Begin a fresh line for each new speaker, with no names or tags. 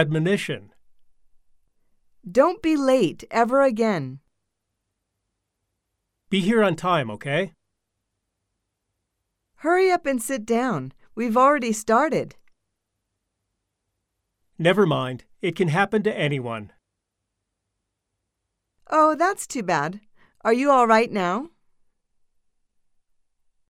Admonition.
Don't be late ever again.
Be here on time, okay?
Hurry up and sit down. We've already started.
Never mind. It can happen to anyone.
Oh, that's too bad. Are you all right now?